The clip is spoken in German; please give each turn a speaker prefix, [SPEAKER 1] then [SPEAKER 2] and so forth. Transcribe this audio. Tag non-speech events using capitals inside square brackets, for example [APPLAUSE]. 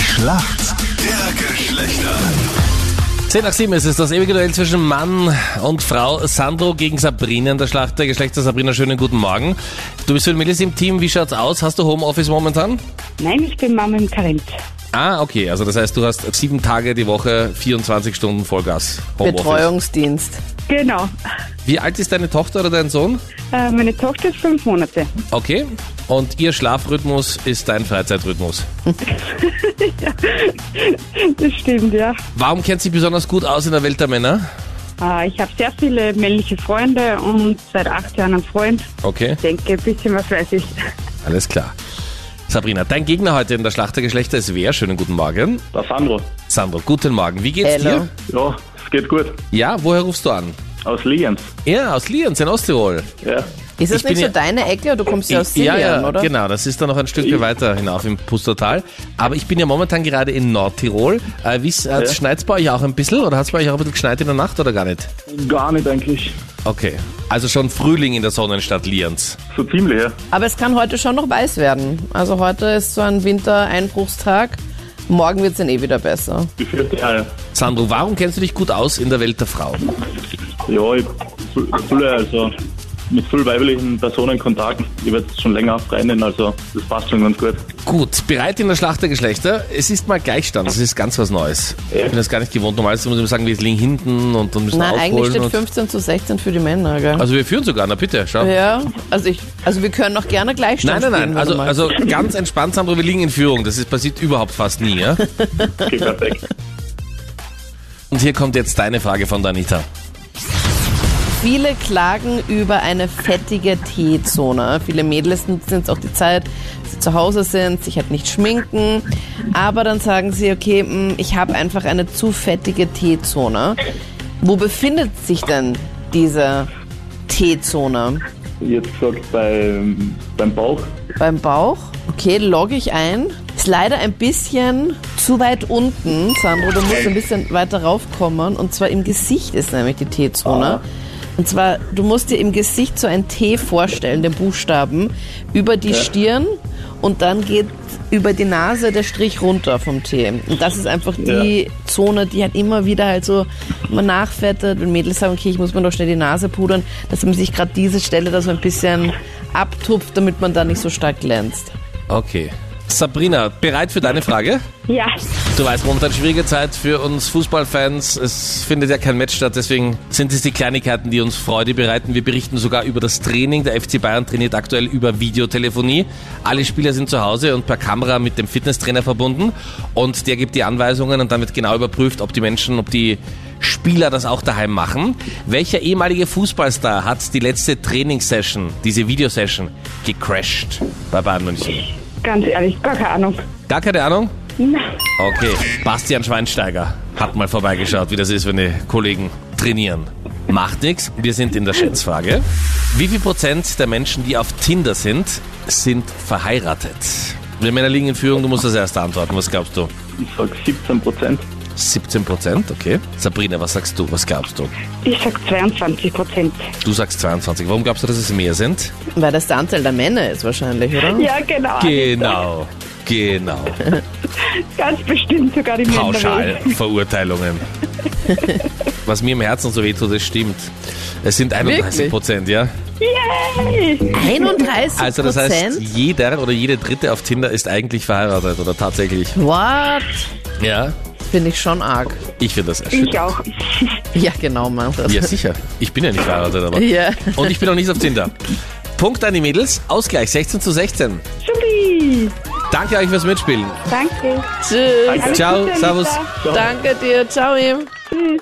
[SPEAKER 1] Schlacht der Geschlechter.
[SPEAKER 2] 10 nach 7 ist es, das ewige Duell zwischen Mann und Frau. Sandro gegen Sabrina in der Schlacht der Geschlechter. Sabrina, schönen guten Morgen. Du bist für den Mädels im Team. Wie schaut's aus? Hast du Homeoffice momentan?
[SPEAKER 3] Nein, ich bin Mama im Karenz.
[SPEAKER 2] Ah, okay. Also das heißt, du hast sieben Tage die Woche, 24 Stunden Vollgas.
[SPEAKER 4] Betreuungsdienst.
[SPEAKER 3] Genau.
[SPEAKER 2] Wie alt ist deine Tochter oder dein Sohn?
[SPEAKER 3] Äh, meine Tochter ist fünf Monate.
[SPEAKER 2] Okay. Und ihr Schlafrhythmus ist dein Freizeitrhythmus.
[SPEAKER 3] [LAUGHS] Das stimmt, ja.
[SPEAKER 2] Warum kennt sie besonders gut aus in der Welt der Männer?
[SPEAKER 3] Äh, ich habe sehr viele männliche Freunde und seit acht Jahren einen Freund.
[SPEAKER 2] Okay,
[SPEAKER 3] Ich denke, ein bisschen was weiß ich.
[SPEAKER 2] alles klar. Sabrina, dein Gegner heute in der Schlacht der Geschlechter ist wer? Schönen guten Morgen.
[SPEAKER 5] Der Sandro.
[SPEAKER 2] Sandro, guten Morgen. Wie geht's
[SPEAKER 4] Hello.
[SPEAKER 2] dir?
[SPEAKER 5] Ja, es geht gut.
[SPEAKER 2] Ja, woher rufst du an?
[SPEAKER 5] Aus Lienz.
[SPEAKER 2] Ja, aus Lienz in Osttirol.
[SPEAKER 5] Ja.
[SPEAKER 4] Ist das
[SPEAKER 2] Ich bin
[SPEAKER 4] nicht so
[SPEAKER 2] ja-
[SPEAKER 4] deine Ecke oder du kommst ja aus Syrien,
[SPEAKER 2] ja, ja,
[SPEAKER 4] oder?
[SPEAKER 2] genau. Das ist dann noch ein Stück weiter hinauf im Pustertal. Aber ich bin ja momentan gerade in Nordtirol. Äh, wie äh,
[SPEAKER 5] Ja.
[SPEAKER 2] schneit's bei euch auch ein bisschen oder hat's bei euch auch ein bisschen geschneit in der Nacht oder gar nicht?
[SPEAKER 5] Gar nicht eigentlich.
[SPEAKER 2] Okay. Also schon Frühling in der Sonnenstadt Lienz.
[SPEAKER 5] So ziemlich, ja.
[SPEAKER 4] Aber es kann heute schon noch weiß werden. Also heute ist so ein Wintereinbruchstag. Morgen wird es dann eh wieder besser.
[SPEAKER 5] Die vierte Jahre.
[SPEAKER 2] Sandro, warum kennst du dich gut aus in der Welt der Frau?
[SPEAKER 5] Ja, ich fülle also mit vielen weiblichen Personen Kontakt. Ich werde jetzt schon länger auf Rennen, also das passt schon ganz gut.
[SPEAKER 2] Gut, bereit in der Schlacht der Geschlechter. Es ist mal Gleichstand, das ist ganz was Neues. Ich bin das gar nicht gewohnt. Normalerweise muss ich sagen, wir liegen hinten und dann müssen
[SPEAKER 4] Na, eigentlich
[SPEAKER 2] aufholen.
[SPEAKER 4] steht
[SPEAKER 2] und
[SPEAKER 4] 15 zu 16 für die Männer, gell?
[SPEAKER 2] also wir führen sogar, na bitte, schau.
[SPEAKER 4] ja, also ich, also wir können noch gerne Gleichstand
[SPEAKER 2] Nein, nein,
[SPEAKER 4] spielen,
[SPEAKER 2] nein.
[SPEAKER 4] wenn du
[SPEAKER 2] Also,
[SPEAKER 4] magst.
[SPEAKER 2] also ganz entspannt, Sandro, wir liegen in Führung. Das ist, passiert überhaupt fast nie. Ja?
[SPEAKER 5] Okay, perfekt.
[SPEAKER 2] Und hier kommt jetzt deine Frage von Danita.
[SPEAKER 4] Viele klagen über eine fettige T-Zone. Viele Mädels nutzen jetzt auch die Zeit, dass sie zu Hause sind, sich halt nicht schminken. Aber dann sagen sie, okay, mh, ich habe einfach eine zu fettige T-Zone. Wo befindet sich denn diese T-Zone?
[SPEAKER 5] Jetzt gesagt beim, beim Bauch.
[SPEAKER 4] Beim Bauch? Okay, logge ich ein. Ist leider ein bisschen zu weit unten, Sandro. Du musst ein bisschen weiter raufkommen. Und zwar im Gesicht ist nämlich die T-Zone. Und zwar, du musst dir im Gesicht so ein T vorstellen, den Buchstaben, über die Stirn und dann geht über die Nase der Strich runter vom T. Und das ist einfach die Zone, die halt immer wieder halt so man nachfettet, wenn Mädels sagen, okay, ich muss mir doch schnell die Nase pudern, dass man sich gerade diese Stelle da so ein bisschen abtupft, damit man da nicht so stark glänzt.
[SPEAKER 2] Okay. Sabrina, bereit für deine Frage?
[SPEAKER 3] Ja,
[SPEAKER 2] Du weißt, momentan schwierige Zeit für uns Fußballfans. Es findet ja kein Match statt, deswegen sind es die Kleinigkeiten, die uns Freude bereiten. Wir berichten sogar über das Training. Der FC Bayern trainiert aktuell über Videotelefonie. Alle Spieler sind zu Hause und per Kamera mit dem Fitnesstrainer verbunden. Und der gibt die Anweisungen und dann wird genau überprüft, ob die Menschen, ob die Spieler das auch daheim machen. Welcher ehemalige Fußballstar hat die letzte Trainingssession, diese Videosession, gecrashed bei Bayern München?
[SPEAKER 3] ganz ehrlich, gar keine Ahnung.
[SPEAKER 2] Gar keine Ahnung? Okay, Bastian Schweinsteiger hat mal vorbeigeschaut, wie das ist, wenn die Kollegen trainieren. Macht nix, wir sind in der Schätzfrage. Wie viel Prozent der Menschen, die auf Tinder sind, sind verheiratet? Wir Männer liegen in Führung, du musst das erst antworten. Was glaubst du?
[SPEAKER 5] Ich sag 17 Prozent.
[SPEAKER 2] 17 Prozent, okay. Sabrina, was sagst du? Was glaubst du?
[SPEAKER 3] Ich sag 22 Prozent.
[SPEAKER 2] Du sagst 22. Warum glaubst du, dass es mehr sind?
[SPEAKER 4] Weil das der Anteil der Männer ist wahrscheinlich, oder?
[SPEAKER 3] Ja, genau.
[SPEAKER 2] Genau, genau.
[SPEAKER 3] Ganz bestimmt sogar die Männer.
[SPEAKER 2] Pauschalverurteilungen. Was mir im Herzen so wehtut, das stimmt. Es sind 31
[SPEAKER 4] Wirklich?
[SPEAKER 2] Prozent, ja.
[SPEAKER 3] Yay!
[SPEAKER 4] 31
[SPEAKER 2] Also das heißt,
[SPEAKER 4] Prozent?
[SPEAKER 2] jeder oder jede Dritte auf Tinder ist eigentlich verheiratet oder tatsächlich.
[SPEAKER 4] What?
[SPEAKER 2] Ja,
[SPEAKER 4] Finde ich schon arg.
[SPEAKER 2] ich finde das erschütternd.
[SPEAKER 3] Ich auch. [LAUGHS]
[SPEAKER 4] Ja, genau, Manfred.
[SPEAKER 2] Ja, sicher. Ich bin ja nicht verheiratet, aber.
[SPEAKER 4] Ja.
[SPEAKER 2] Und ich bin auch nicht auf Tinder. Punkt an die Mädels. Ausgleich 16 zu 16.
[SPEAKER 3] Supi!
[SPEAKER 2] Danke euch fürs Mitspielen.
[SPEAKER 3] Danke.
[SPEAKER 4] Tschüss.
[SPEAKER 3] Alles
[SPEAKER 2] Ciao,
[SPEAKER 3] Gute,
[SPEAKER 2] servus.
[SPEAKER 3] Anita.
[SPEAKER 4] Danke dir. Ciao, ihm.